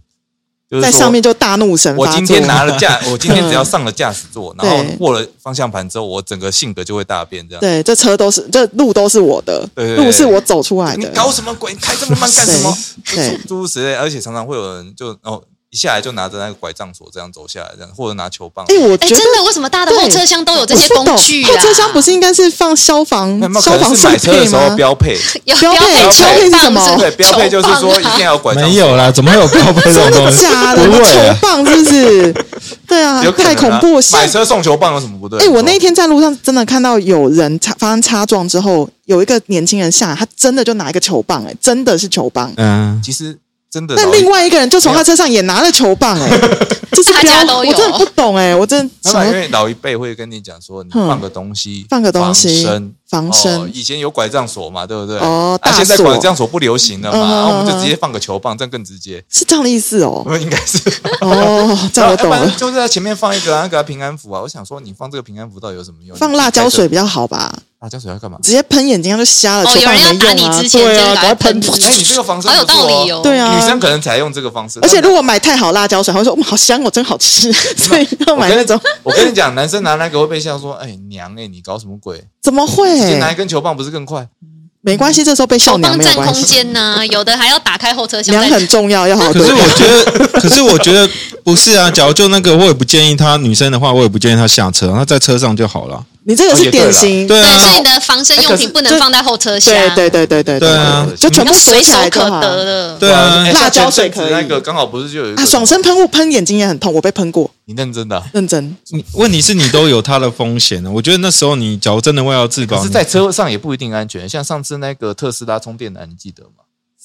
Speaker 1: 就是
Speaker 4: 在
Speaker 1: 说
Speaker 4: 上面就大怒神
Speaker 1: 我
Speaker 4: 发
Speaker 1: 今
Speaker 4: 作
Speaker 1: 天。拿了 驾，我今天只要上了驾驶座，然后
Speaker 4: 对
Speaker 1: 握了方向盘之后，我整个性格就会大变，这样。
Speaker 4: 对，这车都是这路都是我的，
Speaker 1: 对对对
Speaker 4: 路是我走出来
Speaker 1: 你
Speaker 4: 的。
Speaker 1: 搞什么鬼？你开这么慢干什么？
Speaker 4: 对
Speaker 1: 诸如此类，而且常常会有人就哦一下来就拿着那个拐杖锁这样走下来，这样或者拿球棒。
Speaker 4: 哎，我
Speaker 3: 哎、
Speaker 4: 觉得
Speaker 3: 真的，为什么大家的后车厢都有这些
Speaker 4: 我不
Speaker 3: 工
Speaker 4: 懂
Speaker 3: 具啊？
Speaker 4: 后车厢不是应该是放消防
Speaker 1: 那有没有
Speaker 4: 消
Speaker 1: 可
Speaker 4: 防
Speaker 1: 能是
Speaker 4: 设
Speaker 1: 买车的
Speaker 4: 备
Speaker 1: 时候
Speaker 4: 吗？
Speaker 1: 标 配？
Speaker 3: 有
Speaker 4: 标配
Speaker 3: 配
Speaker 4: 标配
Speaker 3: 球
Speaker 4: 是
Speaker 3: 棒
Speaker 4: 什么
Speaker 1: 对，标配就是说
Speaker 3: 球
Speaker 1: 一
Speaker 3: 棒啊
Speaker 1: 定要有拐杖。
Speaker 2: 没有啦，怎么会有标配这种
Speaker 4: 真
Speaker 2: 东
Speaker 4: 的
Speaker 2: 西？
Speaker 4: 假的？
Speaker 2: 不
Speaker 4: 那
Speaker 2: 会
Speaker 4: 球
Speaker 2: 啊，
Speaker 4: 棒是不是？ 对啊
Speaker 1: 有，可能
Speaker 4: 太
Speaker 1: 啊
Speaker 4: 恐怖！像
Speaker 1: 买车送球棒有什么不对？
Speaker 4: 哎、我那一天在路上真的看到有人擦发生擦撞之后，有一个年轻人下来，他真的就拿一个球棒、哎，真的是球
Speaker 1: 哦
Speaker 4: 棒。
Speaker 2: 嗯，
Speaker 1: 其实真的
Speaker 4: 但
Speaker 1: 老一
Speaker 4: 另外一个人就从他车上也拿了球棒、 哎，这是
Speaker 3: 大
Speaker 4: 不要
Speaker 3: 家都有
Speaker 4: 我真的不懂、哎，我真的
Speaker 1: 那
Speaker 4: 想
Speaker 1: 么因
Speaker 4: 要
Speaker 1: 为老一辈会跟你讲说，你
Speaker 4: 嗯
Speaker 1: 放个东西，
Speaker 4: 放个东西
Speaker 1: 防身，
Speaker 4: 防身
Speaker 1: 哦以前有拐杖锁嘛，对不对？
Speaker 4: 哦
Speaker 1: 那
Speaker 4: 大
Speaker 1: 现在
Speaker 4: 锁
Speaker 1: 拐杖锁不流行了嘛，
Speaker 4: 嗯
Speaker 1: 然后我们
Speaker 4: 嗯
Speaker 1: 就
Speaker 4: 嗯
Speaker 1: 直接放个球棒，这样更直接。
Speaker 4: 是这样的意思哦
Speaker 1: 我。们应该是，
Speaker 4: 哦， 这样
Speaker 1: 要
Speaker 4: 我懂
Speaker 1: 不然
Speaker 4: 了。
Speaker 1: 就是在前面放一个啊那个啊平安符啊。我想说，你放这个平安符到底有什么用？
Speaker 4: 放辣椒水，比较好吧，
Speaker 1: 啊辣椒水要干嘛？
Speaker 4: 直接喷眼睛它就瞎了，
Speaker 3: 哦
Speaker 4: 球棒
Speaker 3: 有人要
Speaker 4: 没用
Speaker 3: 打
Speaker 4: 啊
Speaker 3: 你之。前
Speaker 4: 对
Speaker 3: 就是
Speaker 4: 啊，赶快
Speaker 3: 拿喷
Speaker 4: 喷。
Speaker 1: 哎，你这个防身
Speaker 3: 好有
Speaker 1: 不错
Speaker 3: 道理哦
Speaker 4: 对啊
Speaker 1: 女生可能采用这个方式，
Speaker 4: 而且
Speaker 1: 但
Speaker 4: 如果买太好辣椒水，还会说哇好香哦，真好 吃，所以要买那种。
Speaker 1: 我跟你讲，男生拿那个会被笑说，哎娘哎，你搞什么鬼？
Speaker 4: 怎么
Speaker 1: 直接拿一
Speaker 4: 会？
Speaker 1: 根球棒不是更快？
Speaker 4: 没关系，这时候被
Speaker 3: 球
Speaker 4: 笑娘
Speaker 3: 棒
Speaker 4: 没有
Speaker 3: 占哦空
Speaker 4: 关系，
Speaker 3: 间呐、有的还要打开后车厢
Speaker 4: 娘
Speaker 3: 再
Speaker 4: 很重要，要好好
Speaker 2: 可
Speaker 4: 对
Speaker 2: 是
Speaker 4: 待。
Speaker 2: 我觉得，可是我觉得不是啊。假如就那个，我也不建议他女生的话，我也不建议他下车，他在车上就好了。
Speaker 4: 你这个
Speaker 1: 哦
Speaker 4: 是
Speaker 1: 也
Speaker 4: 典
Speaker 1: 对啦
Speaker 4: 型，
Speaker 2: 对
Speaker 3: 对，
Speaker 2: 啊
Speaker 3: 所，以你的防身用品不能放在后车厢，
Speaker 4: 哎对对对对对
Speaker 2: 对啊
Speaker 4: 就全
Speaker 3: 要
Speaker 4: 部锁
Speaker 3: 随
Speaker 4: 起
Speaker 3: 手
Speaker 4: 来就
Speaker 3: 可
Speaker 4: 好。
Speaker 3: 得
Speaker 4: 啊，
Speaker 3: 的。
Speaker 2: 对啊
Speaker 1: 哎
Speaker 4: 辣椒水
Speaker 1: 像前阵
Speaker 4: 可
Speaker 1: 子
Speaker 4: 以
Speaker 1: 那个刚好不是就有一个
Speaker 4: 啊爽身喷雾喷眼睛也很痛，我被喷过，
Speaker 1: 你认真的啊、
Speaker 4: 认真。
Speaker 2: 你问题是你都有它的风险了。我觉得那时候你假如真的为了要自
Speaker 1: 可
Speaker 2: 保，
Speaker 4: 啊
Speaker 1: 是，在车上也不一定安全。像上次那个特斯拉充电栏，你记得吗？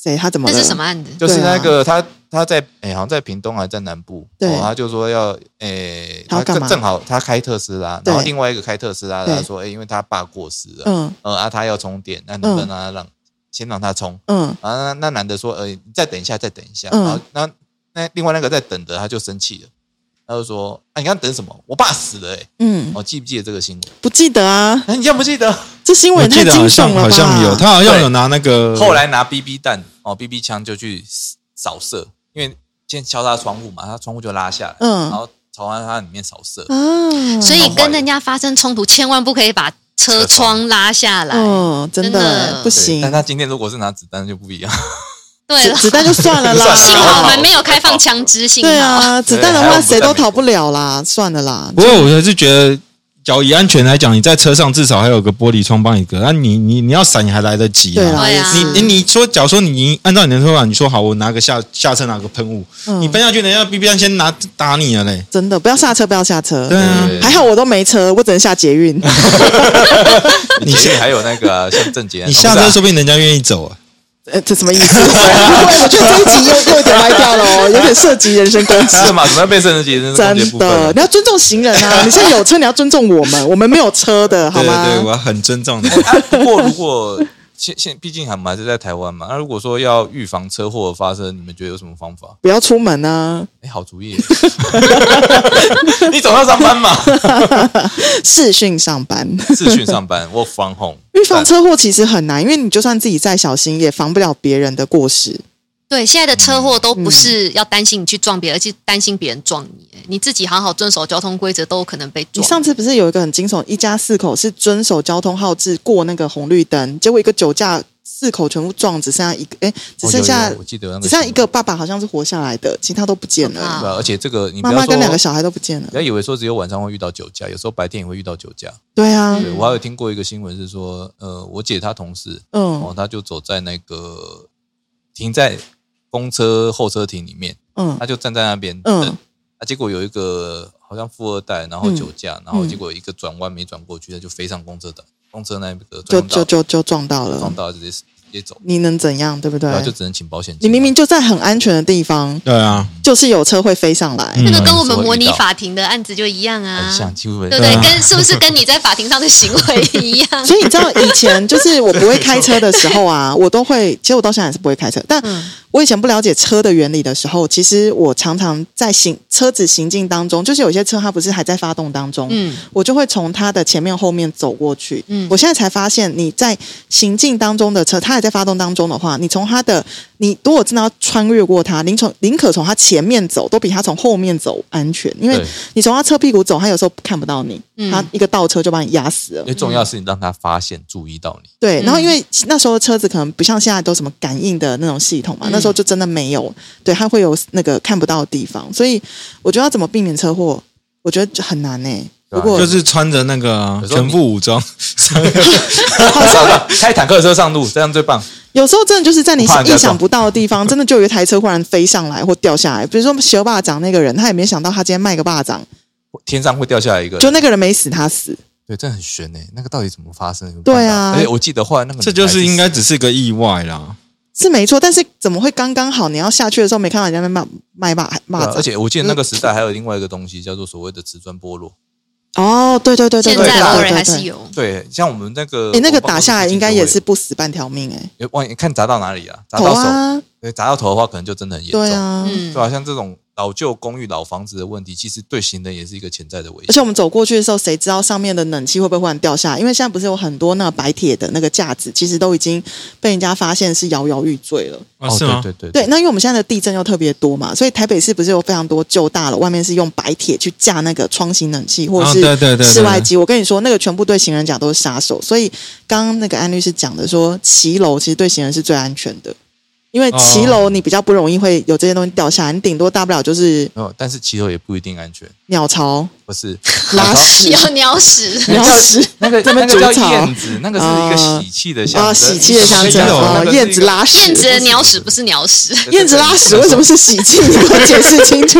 Speaker 4: 谁他怎么
Speaker 3: 那
Speaker 4: 了？
Speaker 3: 是什么案子？
Speaker 4: 啊
Speaker 1: 就是那个他他在哎、好像在屏东还是在南部，
Speaker 4: 对
Speaker 1: 哦他就说要哎、
Speaker 4: 他要干嘛
Speaker 1: 正正好他开特斯拉，
Speaker 4: 对
Speaker 1: 然后另外一个开特斯拉的
Speaker 4: 对
Speaker 1: 他说哎、因为他爸过世了，
Speaker 4: 嗯
Speaker 1: 呃啊他要充电，那能不能让他让、先让他充？
Speaker 4: 嗯，
Speaker 1: 啊那那男的说呃你再等一下，再等一下，
Speaker 4: 嗯
Speaker 1: 然后那那另外那个在等的他就生气了，他就说啊你刚等什么？我爸死了哎、
Speaker 4: 嗯，
Speaker 1: 哦记不记得这个新闻？
Speaker 4: 不记得啊，
Speaker 1: 哎、你记不记得？
Speaker 4: 这新
Speaker 2: 我
Speaker 4: 闻
Speaker 2: 记
Speaker 4: 也太
Speaker 2: 得
Speaker 4: 惊
Speaker 2: 好
Speaker 4: 悚
Speaker 2: 像
Speaker 4: 了吧？
Speaker 2: 好像有，他好像有拿那个
Speaker 1: 后来拿 BB 弹哦，BB 枪就去扫射，因为先敲他窗户嘛，他窗户就拉下来，
Speaker 4: 嗯
Speaker 1: 然后朝他他里面扫射。
Speaker 4: 啊，
Speaker 3: 所以跟人家发生冲突，千万不可以把车窗拉下来。
Speaker 4: 哦，真
Speaker 3: 真
Speaker 4: 的
Speaker 3: 的
Speaker 4: 不
Speaker 1: 对
Speaker 4: 行
Speaker 1: 但，他今天如果是拿子弹就不一 样，
Speaker 3: 对
Speaker 4: 子
Speaker 3: 了，
Speaker 4: 子弹就算了啦，
Speaker 1: 算
Speaker 3: 幸好我们
Speaker 1: 了
Speaker 3: 没有开放枪支，幸
Speaker 4: 对
Speaker 3: 好。
Speaker 4: 啊，子弹的
Speaker 1: 还
Speaker 4: 话
Speaker 1: 有
Speaker 4: 谁都逃不了啦，算了啦
Speaker 2: 不。过我还是觉得，假如以安全来讲，你在车上至少还有个玻璃窗帮你隔，那、你你你要闪你还来得及
Speaker 4: 对
Speaker 2: 啊。
Speaker 4: 啦，
Speaker 3: 对
Speaker 4: 也
Speaker 3: 啊
Speaker 2: 你
Speaker 4: 是
Speaker 2: 你你说，假如说你按照你的说法，你说好，我拿个下下车拿个喷雾，
Speaker 4: 嗯
Speaker 2: 你奔下去，人家 BB 弹先拿打你了嘞。
Speaker 4: 真的不要下车，不要下车
Speaker 2: 对。啊，
Speaker 1: 对
Speaker 4: 还好我都没车，我只能下捷运。
Speaker 1: 你是还有那个啊、像郑杰，
Speaker 2: 你下
Speaker 1: 不
Speaker 2: 车
Speaker 1: 是啊
Speaker 2: 说不定人家愿意走啊。
Speaker 4: 呃，这什么 意思？我觉得这一集又又有点歪掉了哦，有点涉及人身攻 击。
Speaker 1: 是嘛？怎么会被郑杰是
Speaker 4: 真
Speaker 2: 啊
Speaker 4: 的，你要尊重行人 啊！你现在有车，你要尊重我们，我们没有车的好
Speaker 2: 对
Speaker 4: 吗？
Speaker 2: 对，我要很尊重你。
Speaker 1: 哎啊不过如果现 现毕竟还我们还是在台湾嘛。那如果说要预防车祸的发生，你们觉得有什么方法？
Speaker 4: 不要出门啊！
Speaker 1: 哎，好主 意耶， 你总要上班嘛，
Speaker 4: 视讯上 班，
Speaker 1: 视讯上班，work from home，
Speaker 4: 预防车祸其实很难，因为你就算自己再小心，也防不了别人的过失。
Speaker 3: 对，现在的车祸都不
Speaker 4: 嗯
Speaker 3: 是要担心你去撞别人，而是担心别人撞你。哎你自己好好遵守交通规则，都有可能被
Speaker 4: 你
Speaker 3: 撞。
Speaker 4: 上次不是有一个很惊悚，一家四口是遵守交通号志过那个红绿灯，结果一个酒驾，四口全部撞，只剩下一个，哎，只
Speaker 1: 哦
Speaker 4: 剩
Speaker 1: 有
Speaker 4: 下、
Speaker 1: 有我记得有那个
Speaker 4: 只剩下一
Speaker 1: 新闻
Speaker 4: 个爸爸好像是活下来的，其他都不见
Speaker 3: 好可怕
Speaker 4: 了，
Speaker 1: 对啊，而且这个你不
Speaker 4: 妈
Speaker 1: 要
Speaker 4: 妈
Speaker 1: 说
Speaker 4: 跟两个小孩都不见了
Speaker 1: 不。要以为说只有晚上会遇到酒驾，有时候白天也会遇到酒驾。
Speaker 4: 对啊，
Speaker 1: 对我还有听过一个新闻是说，呃，我姐她同事，哦
Speaker 4: 嗯，
Speaker 1: 她就走在那个停在公车候车亭里面，
Speaker 4: 嗯
Speaker 1: 她就站在那边
Speaker 4: 嗯
Speaker 1: 等，啊，结果有一个好像富二代，然后酒驾，
Speaker 4: 嗯
Speaker 1: 然后结果一个转弯没转过去，他就飞上公车的公车那个
Speaker 4: 就
Speaker 1: 转
Speaker 4: 就
Speaker 1: 道
Speaker 4: 就就撞到了
Speaker 1: 撞，到直接直接走，
Speaker 4: 你能怎样，对不对
Speaker 1: 然？后就只能请保险金啊。
Speaker 4: 你明明就在很安全的地方，
Speaker 2: 对啊，
Speaker 4: 就是有车会飞上来。
Speaker 2: 嗯
Speaker 3: 那个跟我们模拟法庭的案子就一样啊
Speaker 1: 很，像，几乎
Speaker 3: 对不
Speaker 1: 对
Speaker 3: 对？
Speaker 2: 对啊
Speaker 3: 跟是不是跟你在法庭上的行 为一样？
Speaker 4: 所以你知道以前就是我不会开车的时候 啊，我都会，其实我到现在也是不会开车，但
Speaker 3: 嗯
Speaker 4: 我以前不了解车的原理的时候，其实我常常在行车子行进当中，就是有些车它不是还在发动当中，
Speaker 3: 嗯，
Speaker 4: 我就会从它的前面后面走过去。
Speaker 3: 嗯
Speaker 4: 我现在才发现，你在行进当中的车，它还在发动当中的话，你从它的，你如果真的要穿越过它，宁从宁可从它前面走，都比它从后面走安全，因为
Speaker 1: 对
Speaker 4: 你从它侧屁股走，它有时候看不到你，
Speaker 3: 嗯
Speaker 4: 它一个倒车就把你压死了
Speaker 1: 因。为重要是你让他发现注意到你，
Speaker 4: 对，然后
Speaker 3: 嗯
Speaker 4: 因为那时候车子可能不像现在都什么感应的那种系统嘛，
Speaker 3: 嗯
Speaker 4: 那时候就真的没有，对，它会有那个看不到的地方，所以我觉得要怎么避免车祸，我觉得就很难呢、欸
Speaker 1: 对
Speaker 4: 如
Speaker 1: 啊
Speaker 4: 果
Speaker 2: 就是穿着那个啊
Speaker 1: 有时候
Speaker 2: 全
Speaker 1: 你
Speaker 2: 副 武装，
Speaker 1: 开坦克车上路，这样最棒。
Speaker 4: 有时候真的就是在你
Speaker 1: 怕人家
Speaker 4: 意想不到的地方，真的就有一台车忽然飞上来或掉下来。比如说学霸掌那个人，他也没想到他今天卖个霸掌，
Speaker 1: 天上会掉下来一个人，
Speaker 4: 就那个人没死，他死。
Speaker 1: 对，这很悬诶，那个到底怎么发生？有没有
Speaker 4: 对啊
Speaker 1: 办法而且我记得后来那个女
Speaker 2: 这就是应该
Speaker 1: 孩子
Speaker 2: 只是个意外啦。
Speaker 4: 是没错，但是怎么会刚刚好？你要下去的时候没看到人家在卖卖霸
Speaker 1: 对
Speaker 4: 蚂
Speaker 1: 啊
Speaker 4: 蚱？
Speaker 1: 而且我记得那个时代还有另外一个东西叫做所谓的瓷砖剥落，
Speaker 4: 哦，对对对对
Speaker 3: 现
Speaker 4: 对对
Speaker 3: 在偶
Speaker 4: 对
Speaker 3: 尔还
Speaker 4: 对
Speaker 3: 是
Speaker 4: 对。
Speaker 3: 有，
Speaker 1: 对，像我们那个
Speaker 4: 哎，那个
Speaker 1: 我爸爸
Speaker 4: 打下来
Speaker 1: 自己
Speaker 4: 应该
Speaker 1: 就会
Speaker 4: 也是不死半条命哎，
Speaker 1: 也万一看砸到哪里啊？砸
Speaker 4: 头
Speaker 1: 到手，
Speaker 4: 啊，
Speaker 1: 对，砸到头的话，可能就真的很严重。
Speaker 4: 对啊，
Speaker 1: 对
Speaker 3: 嗯，
Speaker 1: 吧、像这种老旧公寓、老房子的问题，其实对行人也是一个潜在的危
Speaker 4: 而且
Speaker 1: 险。
Speaker 4: 我们走过去的时候，谁知道上面的冷气会不会忽然掉下来？因为现在不是有很多那个白铁的那个架子，其实都已经被人家发现是摇摇欲坠了。
Speaker 2: 啊，是吗？
Speaker 1: 哦对对对
Speaker 4: 对，那因为我们现在的地震又特别多嘛，所以台北市不是有非常多旧大楼，外面是用白铁去架那个窗型冷气或者
Speaker 2: 啊对对对对
Speaker 4: 是室外机。我跟你说，那个全部对行人讲都是杀手。所以刚刚那个安律师讲的说，骑楼其实对行人是最安全的，因
Speaker 2: 哦
Speaker 4: 为骑楼你比较不容易会有这些东西掉下来，你顶多大不了就是
Speaker 1: 没哦有，但是骑楼也不一定安全，
Speaker 4: 鸟巢、
Speaker 1: 不是
Speaker 4: 拉 屎、
Speaker 3: 有鸟屎，
Speaker 4: 鸟屎。
Speaker 1: 那个
Speaker 4: 这边
Speaker 1: 那个叫
Speaker 4: 煮草
Speaker 1: 燕子，那个是一个喜气的象
Speaker 4: 啊，
Speaker 1: 征，
Speaker 4: 喜气的象征
Speaker 2: 没有
Speaker 4: 啊
Speaker 1: 那，个是一个
Speaker 4: 燕子，拉屎，
Speaker 3: 哦燕子的鸟屎不是鸟屎，
Speaker 1: 对
Speaker 4: 燕子拉屎为什么？是喜气？你给我解释 清楚。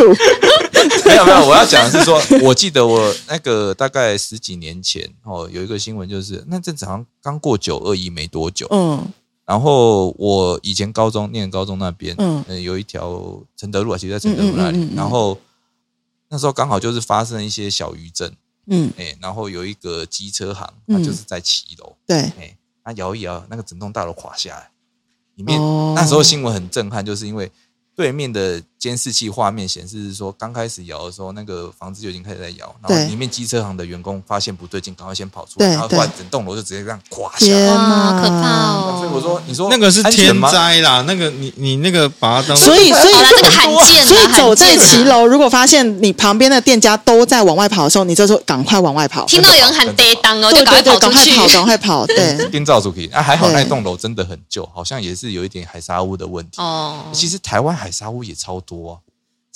Speaker 1: 对对没有没有，我要讲的是说， 我记得我那个大概十几年前哦，有一个新闻就是那阵子好像刚过九二一没多久，
Speaker 4: 嗯
Speaker 1: 然后我以前高中念高中那边，
Speaker 4: 嗯
Speaker 1: 嗯、有一条承德路啊，其实在承德路那里。
Speaker 4: 嗯嗯嗯嗯
Speaker 1: 然后那时候刚好就是发生一些小余震，
Speaker 4: 嗯，
Speaker 1: 哎、然后有一个机车行，
Speaker 4: 嗯
Speaker 1: 它就是在七楼，
Speaker 4: 对，
Speaker 1: 哎、它摇一摇，那个整栋大楼垮下来。里面、
Speaker 4: 哦
Speaker 1: 那时候新闻很震撼，就是因为对面的监视器画面显示是说，刚开始摇的时候，那个房子就已经开始在摇，然
Speaker 4: 对
Speaker 1: 后里面机车行的员工发现不对劲，赶快先跑出
Speaker 4: 对
Speaker 1: 来，然后
Speaker 4: 对
Speaker 1: 后来整栋楼就直接这样垮下来。
Speaker 4: 天啊
Speaker 3: 哇，
Speaker 4: 哪，
Speaker 3: 好可怕！哦！
Speaker 1: 所以我说，你说
Speaker 2: 那个是
Speaker 1: 安全
Speaker 2: 天
Speaker 1: 吗
Speaker 2: 灾啦，那个你你那个把它当
Speaker 4: 所以，所以
Speaker 3: 好了，这个罕见啊，
Speaker 4: 所以走在
Speaker 3: 罕见啊
Speaker 4: 骑楼，如果发现你旁边的店家都在往外跑的时候，你这时候赶快往外跑，
Speaker 3: 听到有人喊“跌当”哦，
Speaker 4: 对
Speaker 3: 就
Speaker 4: 对
Speaker 3: 赶
Speaker 4: 对，
Speaker 3: 快
Speaker 4: 赶
Speaker 3: 跑出
Speaker 4: 快
Speaker 3: 去。
Speaker 4: 跑，赶快跑， 对，
Speaker 1: 编造出去啊，还好
Speaker 4: 对
Speaker 1: 那栋楼真的很旧，好像也是有一点海沙屋的问题。
Speaker 3: 哦，
Speaker 1: 其实台湾海沙屋也超多、啊，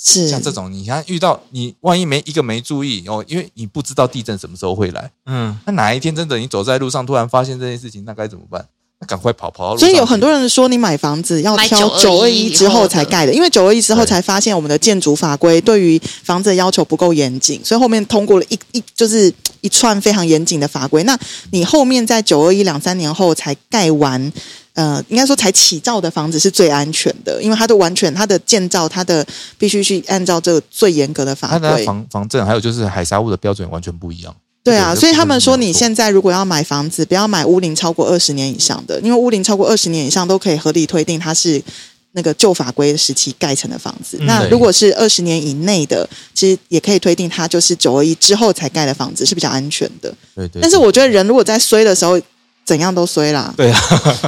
Speaker 4: 是
Speaker 1: 像这种，你看遇到你万一没一个没注意哦，因为你不知道地震什么时候会来，
Speaker 2: 嗯，
Speaker 1: 那哪一天真的你走在路上突然发现这件事情，那该怎么办？那赶快跑跑到路上
Speaker 4: 所
Speaker 1: 去。
Speaker 4: 以有很多人说，你买房子要挑
Speaker 3: 买
Speaker 4: 九二
Speaker 3: 921
Speaker 4: 一之后才盖的，因为九二一之后才发现我们的建筑法
Speaker 1: 嗯
Speaker 4: 规对于房子的要求不够严谨，所以后面通过了一一就是一串非常严谨的法规。那你后面在九二一两三年后才盖完，呃，应该说才起造的房子是最安全的，因为它的完全它的建造它的必须去按照这个最严格的法
Speaker 1: 它的
Speaker 4: 规。
Speaker 1: 防防震还有就是海沙屋的标准完全不一样，
Speaker 4: 对啊，
Speaker 1: 这
Speaker 4: 所以他
Speaker 1: 部分
Speaker 4: 们
Speaker 1: 是
Speaker 4: 说
Speaker 1: 没有
Speaker 4: 你
Speaker 1: 错
Speaker 4: 现在如果要买房子，不要买屋龄超过二十年以上的，因为屋龄超过二十年以上都可以合理推定它是那个旧法规时期盖成的房子。
Speaker 2: 嗯
Speaker 4: 那
Speaker 1: 对
Speaker 4: 如果是二十年以内的，其实也可以推定它就是九二一之后才盖的房子是比较安全的。
Speaker 1: 对对，
Speaker 4: 但是我觉得人如果在衰的时候，怎样都衰啦。
Speaker 2: 对 啊，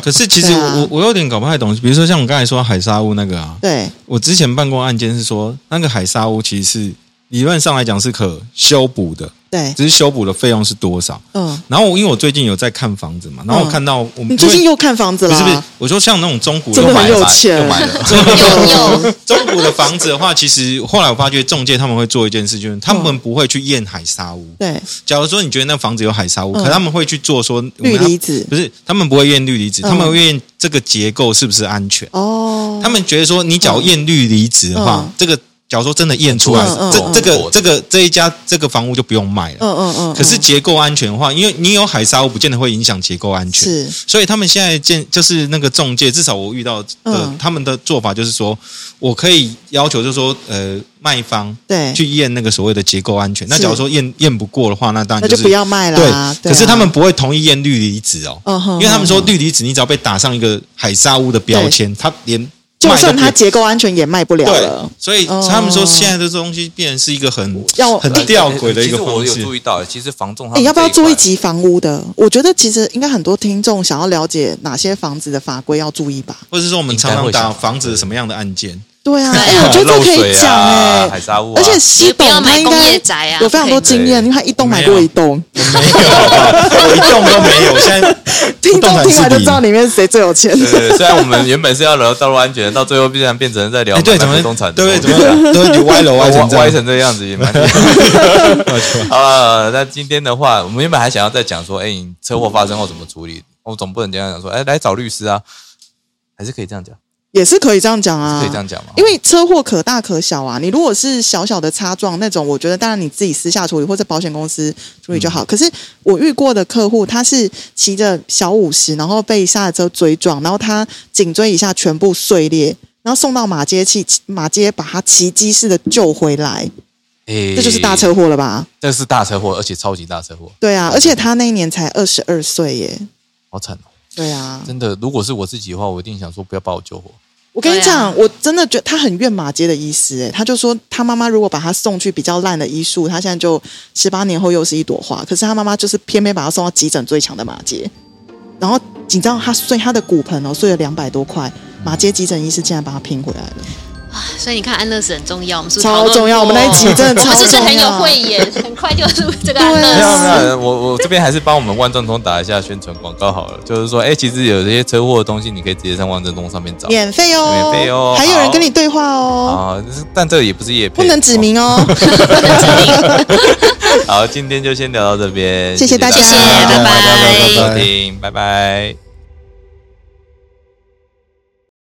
Speaker 2: 可是其实
Speaker 4: 对
Speaker 2: 我、
Speaker 4: 啊
Speaker 2: 我我有点搞不太懂，比如说像我刚才说海沙屋那个啊，
Speaker 4: 对
Speaker 2: 我之前办过案件是说，那个海沙屋其实是理论上来讲是可修补的，
Speaker 4: 对，
Speaker 2: 只是修补的费用是多少。
Speaker 4: 嗯，
Speaker 2: 然后我因为我最近有在看房子嘛，然后我看到我们、
Speaker 4: 你最近又看房
Speaker 2: 嗯
Speaker 4: 子
Speaker 2: 不
Speaker 4: 啦？
Speaker 2: 是不是，我说像那种中古
Speaker 4: 真
Speaker 2: 的
Speaker 4: 的
Speaker 2: 买
Speaker 4: 很
Speaker 2: 了
Speaker 4: 有
Speaker 2: 吧
Speaker 4: 钱
Speaker 2: 就买了。
Speaker 3: 有有，
Speaker 2: 中古的房子的话，其实后来我发觉中介他们会做一件事，就是他们不会去验海沙屋。
Speaker 4: 对，
Speaker 2: 假如说你觉得那房子有海沙屋，
Speaker 4: 嗯
Speaker 2: 可他们会去做说我们
Speaker 4: 氯
Speaker 2: 要
Speaker 4: 离子
Speaker 2: 不是，他们不会验氯离子，
Speaker 4: 嗯
Speaker 2: 他们会验这个结构是不是安全。
Speaker 4: 哦，
Speaker 2: 他们觉得说，你假如验氯离子的话
Speaker 4: 嗯，
Speaker 2: 这个假如说真的验出来
Speaker 4: 嗯嗯，
Speaker 2: 这
Speaker 4: 嗯
Speaker 2: 这
Speaker 1: 嗯
Speaker 2: 个这个这一家这个房屋就不用卖了。
Speaker 4: 嗯嗯嗯，
Speaker 2: 可是
Speaker 4: 嗯
Speaker 2: 结构安全的话，因为你有海沙屋，不见得会影响结构安全。
Speaker 4: 是
Speaker 2: 所以他们现在建就是那个中介，至少我遇到的、
Speaker 4: 嗯
Speaker 2: 他们的做法就是说，我可以要求就是说，呃，卖方
Speaker 4: 对，
Speaker 2: 去验那个所谓的结构安全。那
Speaker 4: 是
Speaker 2: 假如说验验不过的话，那当
Speaker 4: 那
Speaker 2: 然
Speaker 4: 就是不要卖
Speaker 2: 对,、
Speaker 4: 啦。对啊
Speaker 2: 可是他们，不会同意验氯离子哦，
Speaker 4: 嗯哼，
Speaker 2: 因为他们说
Speaker 4: 嗯
Speaker 2: 氯离子你只要被打上一个海沙屋的标签，他连
Speaker 4: 就
Speaker 2: 卖都
Speaker 4: 算
Speaker 2: 不
Speaker 4: 它结构安全也卖不了
Speaker 2: 对
Speaker 4: 了，，
Speaker 2: 所以
Speaker 4: 哦
Speaker 2: 他们说现在的东西变成是一个很
Speaker 4: 要
Speaker 2: 很
Speaker 1: 哎
Speaker 2: 吊诡的一
Speaker 1: 其
Speaker 2: 个
Speaker 1: 实我
Speaker 2: 方
Speaker 1: 有
Speaker 2: 式。
Speaker 1: 注意到，其实房仲他
Speaker 4: 你
Speaker 1: 们
Speaker 4: 哎要不要
Speaker 1: 啊这
Speaker 4: 做一
Speaker 1: 块？
Speaker 4: 集房屋的？我觉得其实应该很多听众想要了解哪些房子的法规要注意吧。
Speaker 2: 或者是说，我们常
Speaker 1: 应该
Speaker 2: 常
Speaker 1: 会想
Speaker 2: 打房子什么样的 案件？
Speaker 4: 对啊，
Speaker 3: 对
Speaker 4: 哎、我觉得这
Speaker 1: 漏
Speaker 4: 可
Speaker 1: 水
Speaker 4: 以讲哎、
Speaker 1: 啊，海沙屋啊，
Speaker 4: 而且西董
Speaker 3: 也不要
Speaker 4: 他
Speaker 3: 买
Speaker 4: 应
Speaker 3: 工
Speaker 4: 该
Speaker 3: 业宅啊
Speaker 4: 有非常多经验，
Speaker 1: 对
Speaker 4: 因为他一栋买过一栋，
Speaker 2: 没有，我一栋都没有。我现在
Speaker 4: 听
Speaker 2: 动
Speaker 4: 众
Speaker 2: 产
Speaker 4: 听完
Speaker 2: 是
Speaker 4: 就
Speaker 2: 零
Speaker 4: 知道里面谁最有钱。
Speaker 1: 对对，对虽然我们原本是要聊道路安全，到最后必然变成在聊
Speaker 2: 哎，对，
Speaker 1: 买
Speaker 2: 怎么
Speaker 1: 卖不动产的
Speaker 2: 对
Speaker 1: 东
Speaker 2: 对
Speaker 1: 西，啊
Speaker 2: 怎么对就歪楼歪成这
Speaker 1: 歪
Speaker 2: 样？
Speaker 1: 成这呃个样子也蛮厉害。 好了，那今天的话，我们原本还想要再讲说，哎、你车祸发生后怎么处理？我总不能这样讲说，哎、来找律师啊，还是可以这样讲，
Speaker 4: 也是可以这样讲啊，
Speaker 1: 可以这样讲嘛？
Speaker 4: 因为车祸可大可小啊，你如果是小小的擦撞那种，我觉得当然你自己私下处理或者保险公司处理就好。可是我遇过的客户，他是骑着小五十，然后被刹车追撞，然后他颈椎以下全部碎裂，然后送到马街去，马街把他奇迹式的救回来，
Speaker 1: 哎
Speaker 4: 这就是大车，祸了吧？
Speaker 1: 这是大车祸，而且超级大车祸，
Speaker 4: 对啊，而且他那一年才二十二岁耶。
Speaker 1: 好惨哦！
Speaker 4: 对啊，
Speaker 1: 真的，如果是我自己的话，我一定想说不要把我救活。
Speaker 4: 我跟
Speaker 3: 对
Speaker 4: 你
Speaker 3: 啊
Speaker 4: 讲，我真的觉得他很怨马街的医师、哎，他就说他妈妈如果把他送去比较烂的医术，他现在就十八年后又是一朵花。可是他妈妈就是偏偏把他送到急诊最强的马街，然后你知道他碎他的骨盆哦，碎了两百多块，马街急诊医师竟然把他拼回来了。
Speaker 3: 所以你看安乐死很重要，我们是不是讨
Speaker 4: 超
Speaker 3: 论
Speaker 4: 重要
Speaker 3: 过
Speaker 4: 我们那一集真的
Speaker 3: 我们是不是
Speaker 4: 超重
Speaker 3: 很有
Speaker 4: 要
Speaker 3: 慧眼，很快就入这个
Speaker 4: 对啊
Speaker 3: 安乐
Speaker 1: 没
Speaker 3: 死
Speaker 1: 有没有，我我这边还是帮我们万正通打一下宣传广告好了，就是说，哎、其实有这些车祸的东西，你可以直接上万正通上面找。
Speaker 4: 免费哦，
Speaker 1: 免费哦
Speaker 4: 还有人
Speaker 1: 好
Speaker 4: 跟你对话哦，
Speaker 1: 啊，但这个也不是也
Speaker 4: 不能指名哦。
Speaker 1: 好，今天就先聊到这边，
Speaker 4: 谢谢大家
Speaker 1: 谢谢
Speaker 3: 谢谢拜拜
Speaker 1: 大家收听，拜拜。